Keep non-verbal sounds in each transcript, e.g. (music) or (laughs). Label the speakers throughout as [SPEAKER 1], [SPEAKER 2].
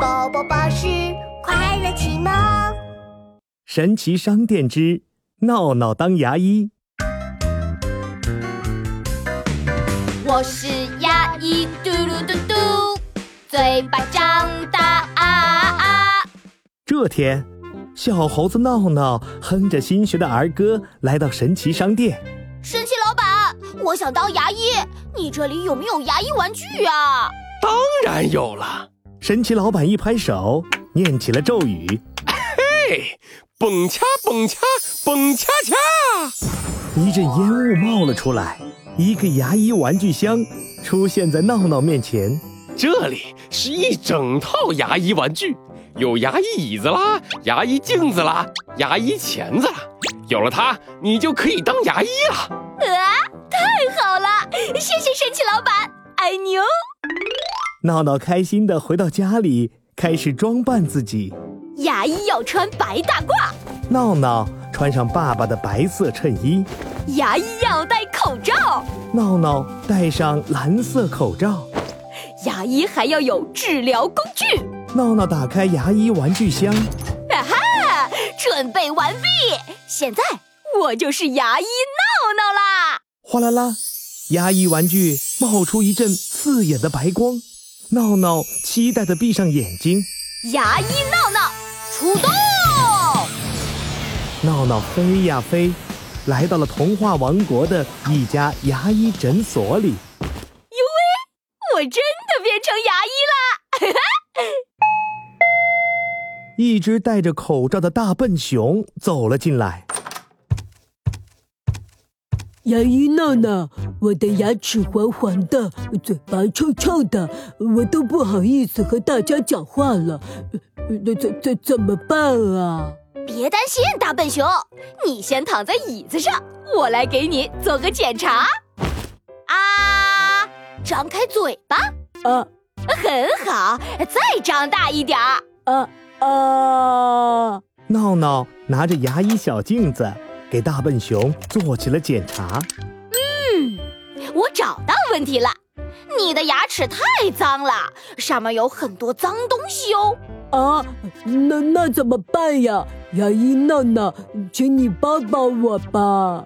[SPEAKER 1] 宝宝巴士快乐启蒙。
[SPEAKER 2] 神奇商店之闹闹当牙医，
[SPEAKER 3] 我是牙医嘟噜嘟嘟，嘴巴张大啊啊！
[SPEAKER 2] 这天，小猴子闹闹哼着新学的儿歌来到神奇商店。
[SPEAKER 3] 神奇老板，我想当牙医，你这里有没有牙医玩具啊？
[SPEAKER 4] 当然有了，
[SPEAKER 2] 神奇老板一拍手，念起了咒语。
[SPEAKER 4] 嘿，蹦恰蹦恰蹦恰恰，
[SPEAKER 2] 一阵烟雾冒了出来，一个牙医玩具箱出现在闹闹面前。
[SPEAKER 4] 这里是一整套牙医玩具，有牙医椅子啦，牙医镜子啦，牙医钳子啦。有了它，你就可以当牙医了。
[SPEAKER 3] 啊，太好了！谢谢神奇老板，爱你哦。
[SPEAKER 2] 闹闹开心地回到家里，开始装扮自己。
[SPEAKER 3] 牙医要穿白大褂，
[SPEAKER 2] 闹闹穿上爸爸的白色衬衣，
[SPEAKER 3] 牙医要戴口罩，
[SPEAKER 2] 闹闹戴上蓝色口罩。
[SPEAKER 3] 牙医还要有治疗工具。
[SPEAKER 2] 闹闹打开牙医玩具箱，
[SPEAKER 3] 啊 (laughs) 哈，准备完毕！现在我就是牙医闹闹啦！
[SPEAKER 2] 哗啦啦，牙医玩具冒出一阵刺眼的白光。闹闹期待地闭上眼睛，
[SPEAKER 3] 牙医闹闹出动！
[SPEAKER 2] 闹闹飞呀飞，来到了童话王国的一家牙医诊所里。
[SPEAKER 3] 我真的变成牙医啦！
[SPEAKER 2] 一只戴着口罩的大笨熊走了进来。
[SPEAKER 5] 牙医闹闹，我的牙齿黄黄的，嘴巴臭臭的，我都不好意思和大家讲话了，那怎怎怎么办啊？
[SPEAKER 3] 别担心，大笨熊，你先躺在椅子上，我来给你做个检查。啊，张开嘴巴，
[SPEAKER 5] 啊
[SPEAKER 3] 很好，再张大一点儿。
[SPEAKER 5] 啊啊！
[SPEAKER 2] 闹闹拿着牙医小镜子给大笨熊做起了检查。
[SPEAKER 3] 我找到问题了，你的牙齿太脏了，上面有很多脏东西哦。
[SPEAKER 5] 啊，那那怎么办呀？牙医闹闹，请你帮帮我吧。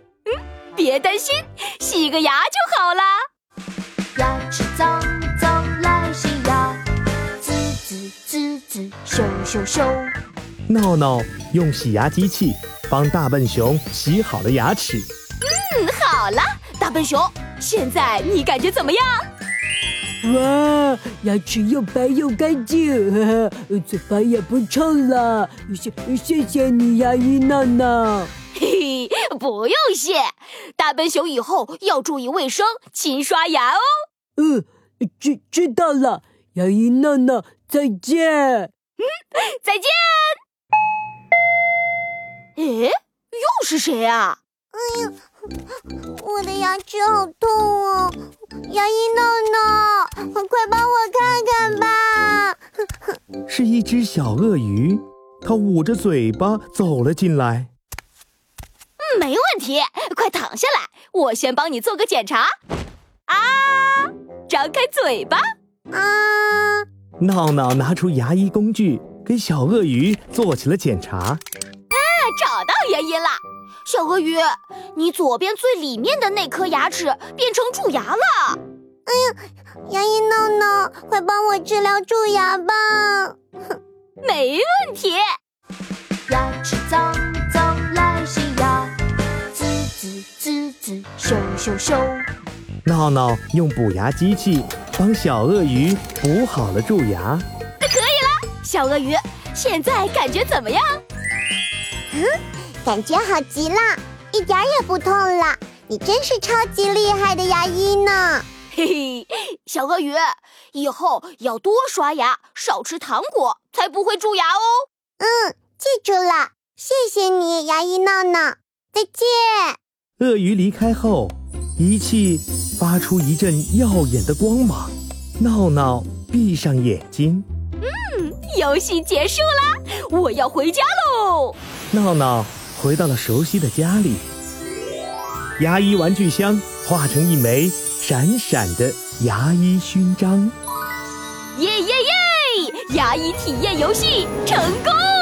[SPEAKER 3] 别担心，洗个牙就好啦。
[SPEAKER 1] 牙齿脏脏来洗牙，滋滋滋滋咻咻咻。
[SPEAKER 2] 闹闹用洗牙机器帮大笨熊洗好了牙齿。
[SPEAKER 3] 嗯，好了，大笨熊，现在你感觉怎么样？
[SPEAKER 5] 哇，牙齿又白又干净， (laughs) 呵呵嘴巴也不臭了，谢谢谢你，牙医闹闹。
[SPEAKER 3] 嘿嘿， (laughs) 不用谢，大笨熊以后要注意卫生，勤刷牙哦。
[SPEAKER 5] 嗯，知知道了，牙医闹闹，再见。
[SPEAKER 3] 再见。诶，又是谁啊？
[SPEAKER 1] 我的牙齿好痛哦！牙医闹闹，快帮我看看吧！
[SPEAKER 2] 是一只小鳄鱼，它捂着嘴巴走了进来。
[SPEAKER 3] 没问题，快躺下来，我先帮你做个检查。啊，张开嘴巴，
[SPEAKER 1] 啊，
[SPEAKER 2] 闹闹拿出牙医工具给小鳄鱼做起了检查。
[SPEAKER 3] 找到原因啦。小鳄鱼，你左边最里面的那颗牙齿变成蛀牙了。
[SPEAKER 1] 牙医闹闹，快帮我治疗蛀牙吧！
[SPEAKER 3] 没问题，
[SPEAKER 1] 牙齿脏脏来洗牙，滋滋滋滋咻咻咻。
[SPEAKER 2] 闹闹用补牙机器帮小鳄鱼补好了蛀牙。
[SPEAKER 3] 小鳄鱼，现在感觉怎么样？
[SPEAKER 1] 感觉好极了，一点儿也不痛了。你真是超级厉害的牙医呢！
[SPEAKER 3] 嘿嘿，小鳄鱼，以后要多刷牙，少吃糖果，才不会蛀牙哦。
[SPEAKER 1] 记住了，谢谢你，牙医闹闹。再见。
[SPEAKER 2] 鳄鱼离开后，仪器发出一阵耀眼的光芒。闹闹闭上眼睛，
[SPEAKER 3] 游戏结束啦，我要回家喽。
[SPEAKER 2] 闹闹回到了熟悉的家里。牙医玩具箱化成一枚闪闪的牙医勋章。
[SPEAKER 3] 耶耶耶！牙医牙医体验游戏成功。